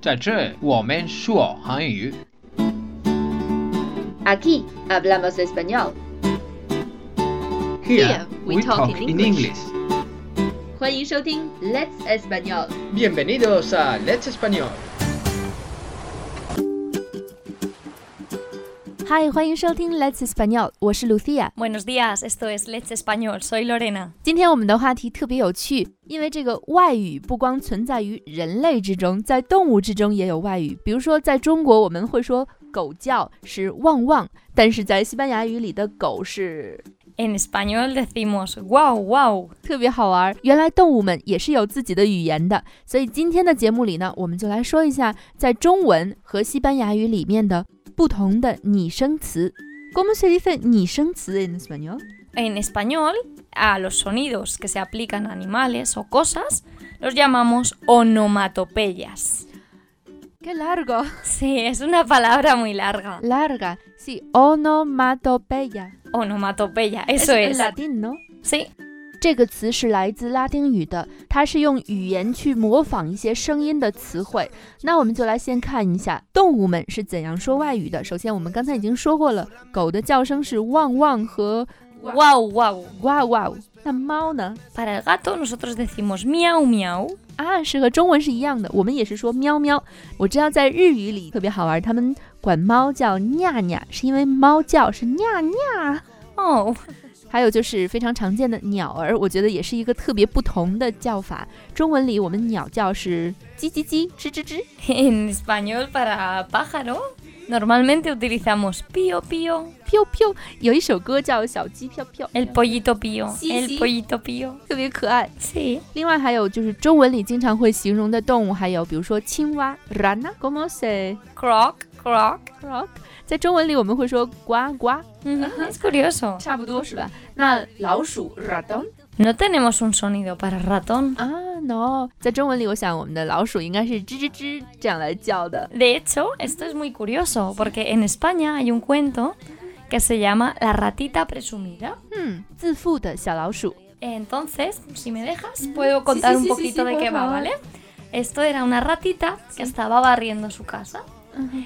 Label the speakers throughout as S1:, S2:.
S1: 在这我们说韩语。
S2: Aquí hablamos español.
S1: Here we talk in English.
S2: 欢迎收听 Let's Español。
S1: Bienvenidos a Let's Español.
S3: 嗨，欢迎收听 Let's Español，我是 Lucia。
S4: Buenos días, esto es Let's Español, soy Lorena.
S3: 今天我们的话题特别有趣，因为这个外语不光存在于人类之中，在动物之中也有外语。比如说，在中国我们会说狗叫是汪汪，但是在西班牙语里的狗是
S4: En español decimos wow, wow.
S3: 特别好玩儿。原来动物们也是有自己的语言的，所以今天的节目里呢，我们就来说一下在中文和西班牙语里面的不同的拟声词。¿Cómo se dice 拟声词 en español？
S4: En español, a los sonidos que se aplican a animales o cosas los llamamos onomatopeyas.
S3: ¡Qué largo!
S4: Sí, es una palabra muy larga.
S3: Larga, sí, onomatopeya.
S4: Onomatopeya, eso es.
S3: latín, ¿no?
S4: Sí,
S3: 这个词是来自拉丁语的，它是用语言去模仿一些声音的词汇。那我们就来先看一下动物们是怎样说外语的。首先，我们刚才已经说过了，狗的叫声是汪汪和
S4: wow, wow.
S3: 哇哇。哦那猫呢？
S4: Para el gato nosotros decimos miau, miau.
S3: 啊，是和中文是一样的，我们也是说喵喵。我知道在日语里特别好玩，他们管猫叫nha nha，是因为猫叫是nha nha。
S4: Oh,
S3: 还有就是非常常见的鸟儿，我觉得也是一个特别不同的叫法。中文里我们鸟叫是叽叽叽、吱吱吱，
S4: en español para pájaro normalmente utilizamos pío, pío,
S3: 飘飘。有一首歌叫《小鸡飘飘》，
S4: el pollito pío,
S3: Sí, sí.
S4: el pollito pío.
S3: 特别可爱。
S4: Sí.
S3: 另外还有就是中文里经常会形容的动物，还有比如说青蛙 （rana）、como se
S4: Croc, croc.
S3: frog，在中文里我们会说呱呱，
S4: Es curioso.
S3: 差不多是吧？那老鼠 （radon）。
S4: No tenemos un sonido para ratón.
S3: 啊，no，在中文里，我想我们的老鼠应该是吱吱吱这样来叫的。
S4: De hecho, esto es muy curioso porque en España hay un cuento que se llama La ratita presumida.
S3: 嗯，自负的小老鼠。
S4: Entonces, si me dejas, puedo contar
S3: sí,
S4: un
S3: sí, sí,
S4: poquito de
S3: por
S4: qué va,
S3: favor.
S4: ¿vale? Esto era una ratita que estaba barriendo su casa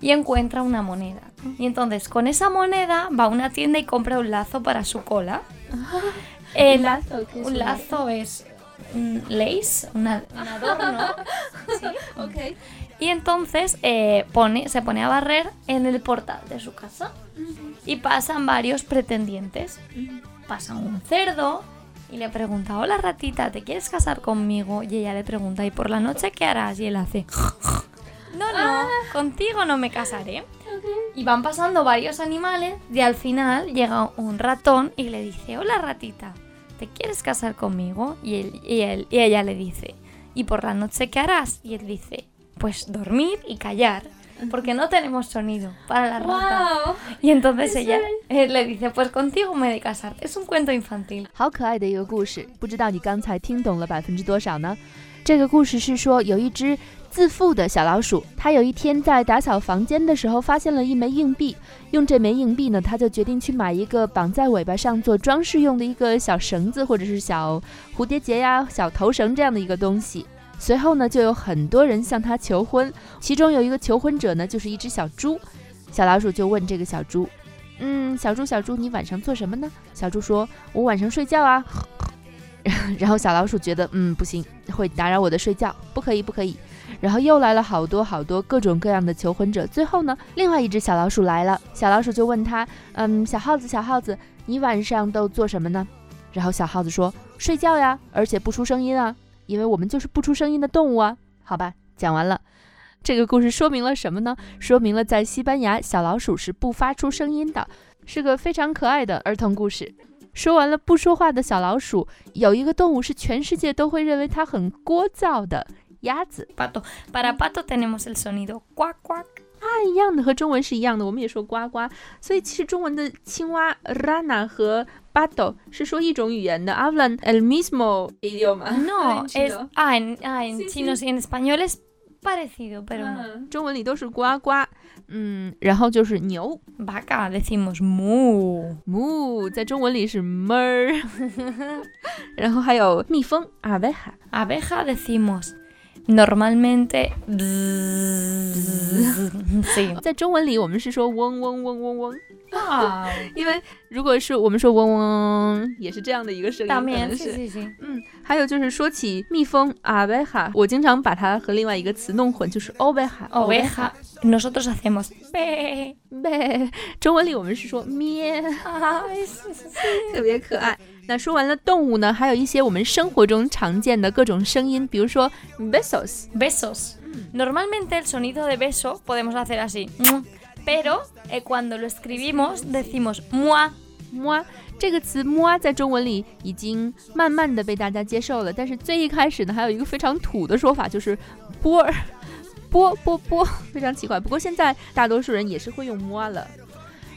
S4: y encuentra una moneda. Y entonces, con esa moneda va a una tienda y compra un lazo para su cola. El- un lazo es un lace, una- un adorno. ¿sí? Y entonces eh, pone, se pone a barrer en el portal de su casa. Y pasan varios pretendientes. Pasa un cerdo y le pregunta, hola ratita, ¿te quieres casar conmigo? Y ella le pregunta, ¿y por la noche qué harás? Y él hace, no, no, contigo no me casaré. Y van pasando varios animales y al final llega un ratón y le dice, hola ratita, ¿te quieres casar conmigo? Y, él- y él- y ella le dice, ¿y por la noche qué harás? Y él dice, pues dormir y callar, porque no tenemos sonido para la rata. Y entonces ella eh, le dice, pues contigo me he de casar. Es un cuento infantil.
S3: 好可爱的一个故事，不知道你刚才听懂了百分之多少呢？这个故事是说，有一只自负的小老鼠，它有一天在打扫房间的时候发现了一枚硬币，用这枚硬币呢，它就决定去买一个绑在尾巴上做装饰用的一个小绳子，或者是小蝴蝶结呀、小头绳这样的一个东西。随后呢，就有很多人向它求婚，其中有一个求婚者呢，就是一只小猪。小老鼠就问这个小猪：“嗯，小猪，小猪，你晚上做什么呢？”小猪说：“我晚上睡觉啊。 然后小老鼠觉得，嗯，不行，会打扰我的睡觉，不可以，不可以。然后又来了好多好多各种各样的求婚者。最后呢，另外一只小老鼠来了，小老鼠就问他，嗯，小耗子，小耗子，你晚上都做什么呢？然后小耗子说，睡觉呀，而且不出声音啊，因为我们就是不出声音的动物啊。好吧，讲完了。这个故事说明了什么呢？说明了在西班牙，小老鼠是不发出声音的，是个非常可爱的儿童故事。说完了不说话的小老鼠，有一个动物是全世界都会认为它很聒噪的鸭子。
S4: Pato. Para pato tenemos el sonido cuac, cuac.
S3: 它一样的和中文是一样的，我们也说呱呱，所以其实中文的青蛙 rana 和 pato 是说一种语言的，hablan el mismo idioma。
S4: No,
S3: chido.
S4: es. Ah, en, ah, en
S3: Sí,
S4: chino sí, Ah. en español es parecido, pero no.
S3: 中文里都是呱呱，嗯，然后就是牛
S4: Vaca, decimos mu.
S3: 母，在中文里是哞 儿，然后还有蜜蜂 abeja。
S4: Abeja, decimos normalmente... Sí.
S3: 在中文里，我们是说嗡嗡嗡嗡嗡，
S4: Wow.
S3: 因为如果是我们说嗡嗡嗡嗡，也是这样的一个声音，可
S4: También,
S3: 能
S4: sí,
S3: 是。
S4: sí, sí.
S3: 嗯，还有就是说起蜜蜂阿贝哈，我经常把它和另外一个词弄混，就是欧哦贝哈。
S4: Oveja. Nosotros hacemos... "Be".
S3: 贝，中文里我们是说咩，啊
S4: Ay, sí, sí, sí.
S3: 特别可爱。那说完了动物呢，还有一些我们生活中常见的各种声音，比如说 besos，
S4: Besos. Normalmente el sonido de beso podemos hacer así. Pero eh, cuando lo escribimos decimos mua.
S3: 摸这个词摸在中文里已经慢慢的被大家接受了，但是最一开始呢，还有一个非常土的说法就是波儿，波波波，非常奇怪。不过现在大多数人也是会用摸了。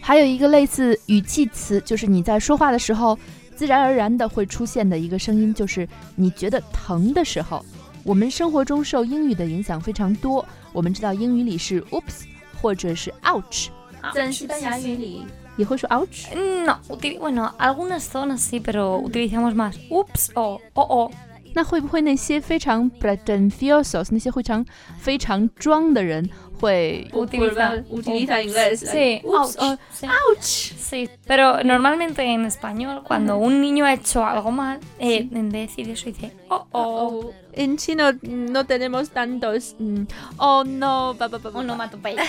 S3: 还有一个类似语气词，就是你在说话的时候，自然而然的会出现的一个声音，就是你觉得疼的时候。我们生活中受英语的影响非常多，我们知道英语里是 oops 或者是 ouch，在西班牙语里也会说 ouch。
S4: No, uti- bueno, algunas zonas sí, pero utilizamos más ups o o o.
S3: 那会不会那些非常 pretenciosos 那些非常非常装的人会
S4: Utilizar,
S3: utilizar inglés,
S4: Sí,
S3: like, Oh, ups,
S4: ouch, sí. Sí, pero normalmente en español, cuando un niño ha hecho algo mal, eh, en vez de decir eso, dice oh oh.
S3: en chino no tenemos tantos mm, oh no ba, ba, ba, ba, ba.
S4: Onomatopeya.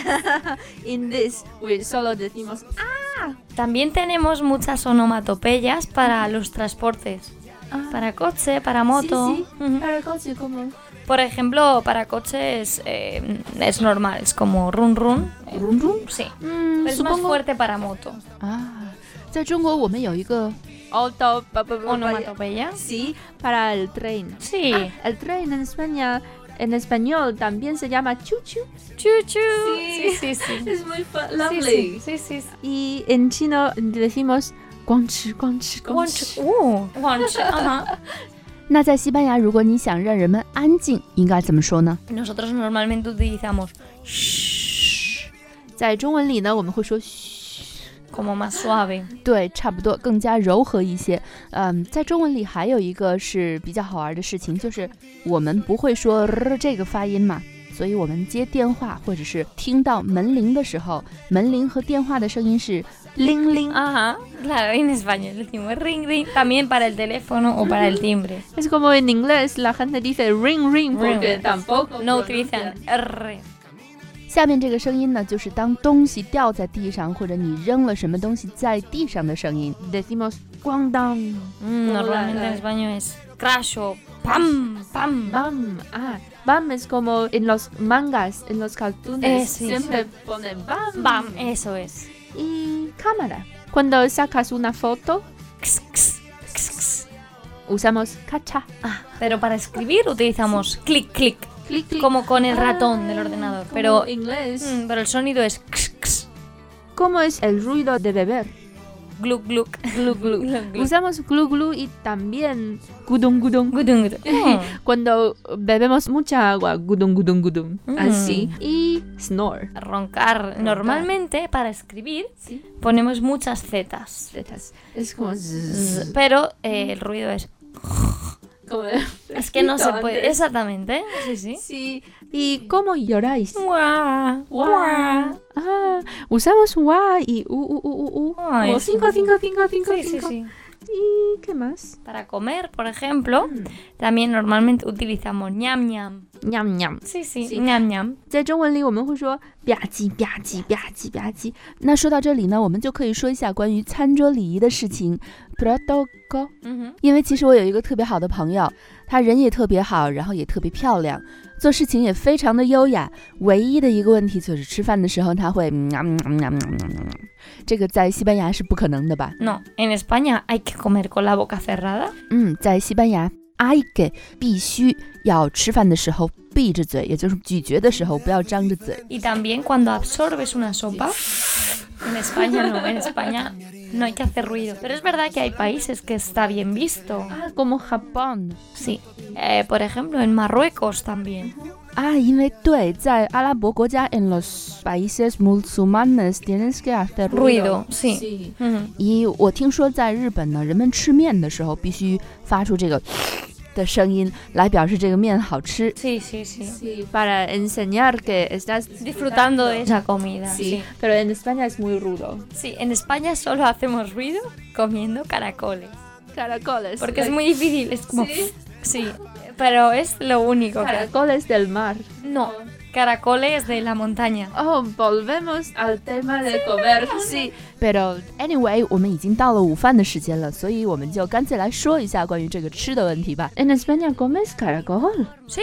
S3: in this we solo decimos
S4: También tenemos muchas onomatopeyas para los transportes.
S3: Ah.
S4: Para coche, para moto.
S3: Sí, sí.
S4: Ujú.
S3: para coche como
S4: Por ejemplo, para coches eh, es normal, es como run run. eh,
S3: rum rum
S4: Sí.
S3: mm,
S4: Pero es más
S3: supongo
S4: fuerte para moto.
S3: 啊在中国我们有一个 auto ba, ba, ba, ba,
S4: Onomatopeya.
S3: sí para Ah. el tren
S4: Sí.
S3: el tren en España en español también se llama chuchu
S4: Chu chu. Sí, sí, sí.
S3: es muy fun,
S4: Sí, sí, sí, sí, sí.
S3: Y en chino decimos 光吃光吃
S4: Guanche- uh, guanche, ajá.
S3: 那在西班牙，如果你想让人们安静，应该怎么说呢？
S4: Nosotros normalmente utilizamos
S3: 在中文里呢，我们会说嘘，
S4: como más suave.
S3: 对，差不多，更加柔和一些。嗯，在中文里还有一个是比较好玩的事情，就是我们不会说这个发音嘛。所以我们接电话或者是听到门铃的时候，门铃和电话的声音是铃铃啊
S4: Ajá. Claro, en español decimos ring ring. También para el teléfono o para el timbre.
S3: Es como en inglés la gente dice ring ring
S4: porque
S3: tampoco
S4: No utilizan R.
S3: 下面这个声音呢，就是当东西掉在地上，或者你扔了什么东西在地上的声音。Decimos 咣当
S4: Mm, normalmente en español es crash o pam, pam.
S3: bam ah bam es como en los mangas, en los cartones
S4: Eh, sí, siempre
S3: ponen bam
S4: Bam, eso es.
S3: y cámara. Cuando sacas una foto
S4: X, x, x, x.
S3: usamos cacha.
S4: Pero para escribir utilizamos clic, clic,
S3: Ah. Clic, Ah, clic.
S4: como con el ratón del ordenador. Pero,
S3: inglés.
S4: mm, pero el sonido es x, x,
S3: ¿Cómo es el ruido de beber?
S4: gluc, gluc.
S3: Glu glu.
S4: Gluc, gluc.
S3: Usamos glu glu y también gudung gudung.
S4: Gudun, gudun. Mm,
S3: cuando bebemos mucha agua, gudum gudum gudum,
S4: Mm.
S3: así y snore.
S4: Roncar. Normalmente para escribir ponemos muchas zetas.
S3: Tetas. Es como
S4: Z, Pero eh, el ruido es. Es que no se puede. Exactamente. Sí, sí.
S3: Sí. ¿Y cómo lloráis?
S4: Guau, guau.
S3: Ah, usamos wa y u u u u u.
S4: Ay,
S3: Como
S4: sí.
S3: cinco cinco cinco cinco
S4: Sí, sí,
S3: cinco.
S4: sí.
S3: ¿Y qué más?
S4: Para comer, por ejemplo, también normalmente utilizamos ñam ñam.
S3: Ñam ñam.
S4: Sí, sí,
S3: Sí.
S4: ñam ñam.
S3: 在中文里我们会说吧唧吧唧吧唧吧唧。那说到这里呢，我们就可以说一下关于餐桌礼仪的事情。Protocol。
S4: Ujú.
S3: 因为其实我有一个特别好的朋友，她人也特别好，然后也特别漂亮，做事情也非常的优雅。唯一的一个问题就是吃饭的时候，她会嗯啊嗯啊嗯啊嗯啊嗯啊嗯啊这个在西班牙是不可能的吧？
S4: No, en España hay que comer con la boca cerrada.
S3: 嗯，在西班牙，i 给必须要吃饭的时候闭着嘴，也就是咀嚼的时候不要张着嘴。
S4: Y también cuando absorbes una sopa. En España no, en España no hay que hacer ruido. Pero es verdad que hay países que está bien visto.
S3: Como Japón
S4: Sí. Eh, por ejemplo, en Marruecos también.
S3: 啊，因为对，在阿拉伯国家 en los países musulmanes tienes que hacer
S4: Ruido, sí. Ujú.
S3: 一，我听说在日本呢，人们吃面的时候必须发出这个的声音来表示这个面好吃。
S4: Sí, sí, sí.
S5: Sí, para enseñar que estás
S4: Disfrutando de esa comida. Sí.
S5: Sí, pero en España es muy rudo.
S4: Sí, en España solo hacemos ruido comiendo caracoles.
S5: Caracoles.
S4: Porque es muy difícil, es como... Sí, pero es lo único que
S5: Caracoles del mar.
S4: No, caracoles de la montaña.
S5: Oh, volvemos al tema de comer. Sí,
S3: Pero ，anyway，我们已经到了午饭的时间了，所以我们就干脆来说一下关于这个吃的问题吧。
S5: en España comes caracol.
S4: Sí,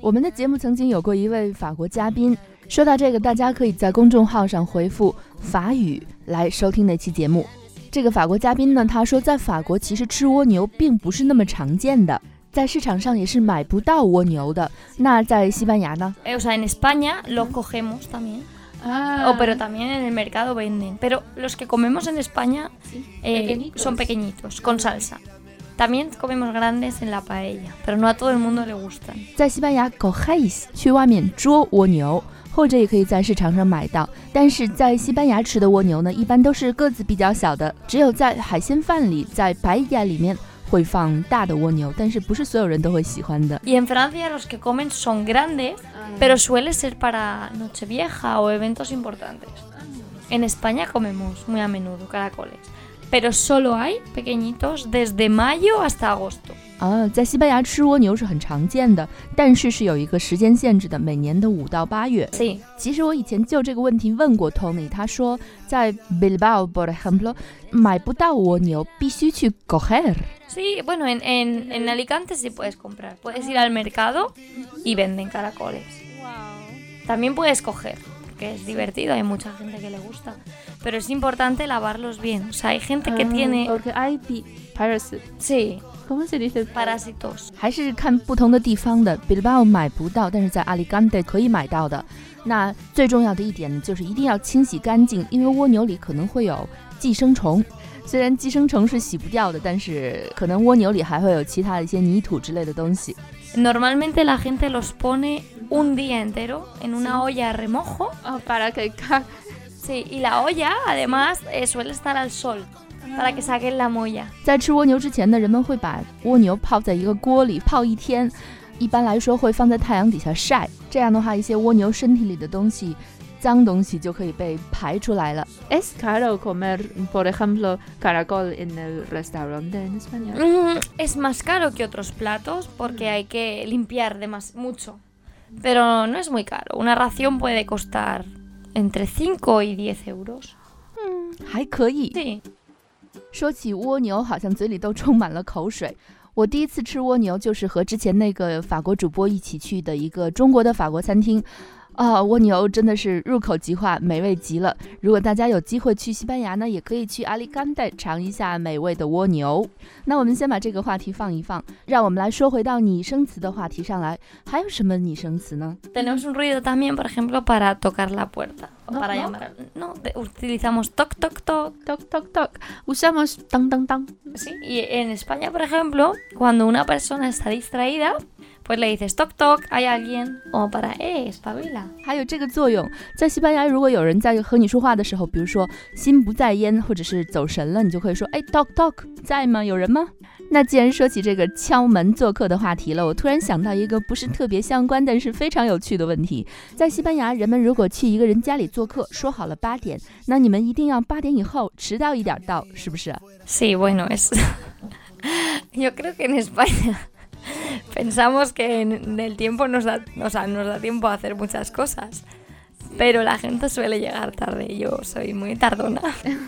S3: 我们的节目曾经有过一位法国嘉宾，说到这个，大家可以在公众号上回复“法语”来收听那期节目。这个法国嘉宾呢，他说在法国其实吃蜗牛并不是那么常见的，在市场上也是买不到蜗牛的。那在西班牙呢？
S4: eh, o sea, en España lo cogemos también.
S5: Ah,
S4: O pero también en el mercado venden. Pero los que comemos en España eh,
S5: Pequeñitos.
S4: son pequeñitos, con salsa. También comemos grandes en la paella, pero no a todo el mundo le gustan.
S3: 在西班牙 c o g e s 去外面捉蜗牛，或者也可以在市场上买到。但是在西班牙吃的蜗牛呢，一般都是个子比较小的，只有在海鲜饭里，在白鸭里面会放大的蜗牛，但是不是所有人都会喜欢的。
S4: Y en Francia los que comen son grandes, pero suele ser para Nochevieja o eventos importantes. En España comemos muy a menudo caracoles, pero solo hay pequeñitos desde mayo hasta agosto.
S3: 啊，在西班牙吃蜗牛是很常见的，但是是有一个时间限制的，每年的五到八月。
S4: Sí,
S3: 其实我以前就这个问题问过 Tony，他说在 Bilbao por ejemplo 买不到蜗牛，必须去 Coger。
S4: sí, bueno, en, en- en Alicante sí puedes comprar. Puedes ir al mercado y venden caracoles. También puedes coger, que es divertido, hay mucha gente que le gusta. Pero es importante lavarlos bien. O sea, hay gente que
S5: ah,
S4: tiene
S5: Porque hay pi- parasite.
S4: sí,
S5: ¿Cómo se dice?
S4: parásitos.
S3: 还是看不同的地方的，Bilbao 买不到，但是在 Alicante 可以买到的。那最重要的一点呢，就是一定要清洗干净，因为蜗牛里可能会有寄生虫。虽然寄生虫是洗不掉的，但是可能蜗牛里还会有其他的一些泥土之类的东西。
S4: Normalmente la gente los pone un día entero en una olla a remojo.
S5: Ah, para que ca-
S4: Sí, y la olla además eh, suele estar al sol para que saquen la molla.
S3: 在吃蜗牛之前呢，人们会把蜗牛泡在一个锅里泡一天，一般来说会放在太阳底下晒。这样的话，一些蜗牛身体里的东西、脏东西就可以被排出来了。
S5: Es caro comer, por ejemplo, caracol en el restaurante en España.
S4: Mm, es más caro que otros platos porque hay que limpiar de más, mucho. Pero no es muy caro. Una ración puede costar entre 5 y 10 euros.
S3: 还可以。
S4: Sí.
S3: 说起蜗牛，好像嘴里都充满了口水。我第一次吃蜗牛，就是和之前那个法国主播一起去的一个中国的法国餐厅。啊，蜗牛真的是入口即化，美味极了。如果大家有机会去西班牙呢，也可以去阿里甘代尝一下美味的蜗牛。那我们先把这个话题放一放，让我们来说回到拟声词的话题上来。还有什么拟声词呢？
S4: Tenemos un ruido también, por ejemplo, para tocar la puerta o
S5: No,
S4: para
S5: no.
S4: llamar. No, de- utilizamos toc, toc, toc.
S5: Toc, toc, toc. Usamos tan, tan, tan.
S4: Sí, y en España, por ejemplo, cuando una persona está distraída, pues le dices toc toc, hay alguien, o para, eh, espabila.
S3: 还有这个作用，在西班牙，如果有人在和你说话的时候，比如说心不在焉，或者是走神了，你就可以说，哎，dog dog，在吗？有人吗？那既然说起这个敲门做客的话题了，我突然想到一个不是特别相关，但是非常有趣的问题。在西班牙，人们如果去一个人家里做客，说好了八点，那你们一定要八点以后迟到一点到，是不是？
S4: Sí, bueno, es. Yo creo que en España pensamos que en el tiempo nos da, o sea, nos da tiempo a hacer muchas cosas. Pero la gente suele llegar tarde. Yo soy muy tardona.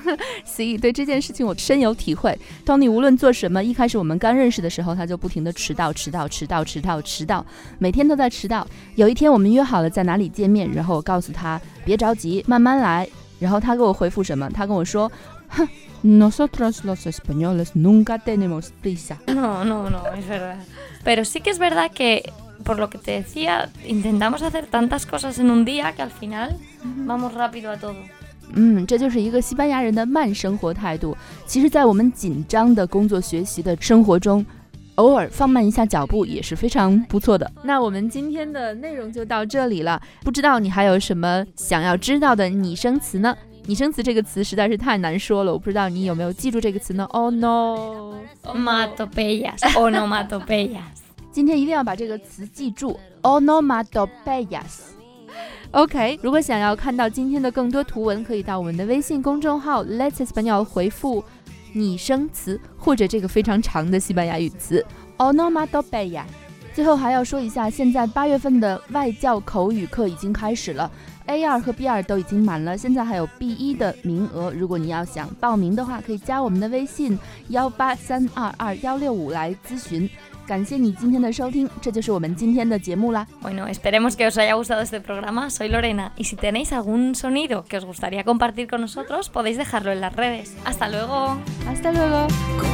S3: 所以对这件事情我深有体会。当你无论做什么，一开始我们刚认识的时候，他就不停的迟到，迟到，迟到，迟到，迟到，每天都在迟到。有一天我们约好了在哪里见面，然后我告诉他别着急，慢慢来。然后他给我回复什么？他跟我说，哼。Nosotros los españoles nunca tenemos prisa。
S4: No, no, no, es verdad. Pero sí que es verdad que, por lo que te decía, intentamos hacer tantas cosas en un día que al final vamos rápido a todo.
S3: 嗯，这就是一个西班牙人的慢生活态度。其实，在我们紧张的工作、学习的生活中，偶尔放慢一下脚步也是非常不错的。
S5: 那我们今天的内容就到
S3: 到这里了，不知道你还有什么想要知道的拟声词呢？拟声词这个词实在是太难说了，我不知道你有没有记住这个词呢？Oh no！
S4: Onomatopeyas, onomatopeyas.
S3: 今天一定要把这个词记住，onomatopeyas。OK，如果想要看到今天的更多图文，可以到我们的微信公众号 Let's Español 回复拟声词或者这个非常长的西班牙语词 onomatopeya。最后还要说一下，现在八月份的外教口语课已经开始了，A 二和 B 二都已经满了，现在还有 B 一的名额。如果你要想报名的话，可以加我们的微信幺八三二二幺六五来咨询。感谢你今天的收听，这就是我们今天的节目啦。
S4: Bueno, esperemos que os haya gustado este programa. Soy Lorena y si tenéis algún sonido que os gustaría compartir con nosotros, podéis dejarlo en las redes. Hasta luego.
S3: Hasta luego.
S6: Con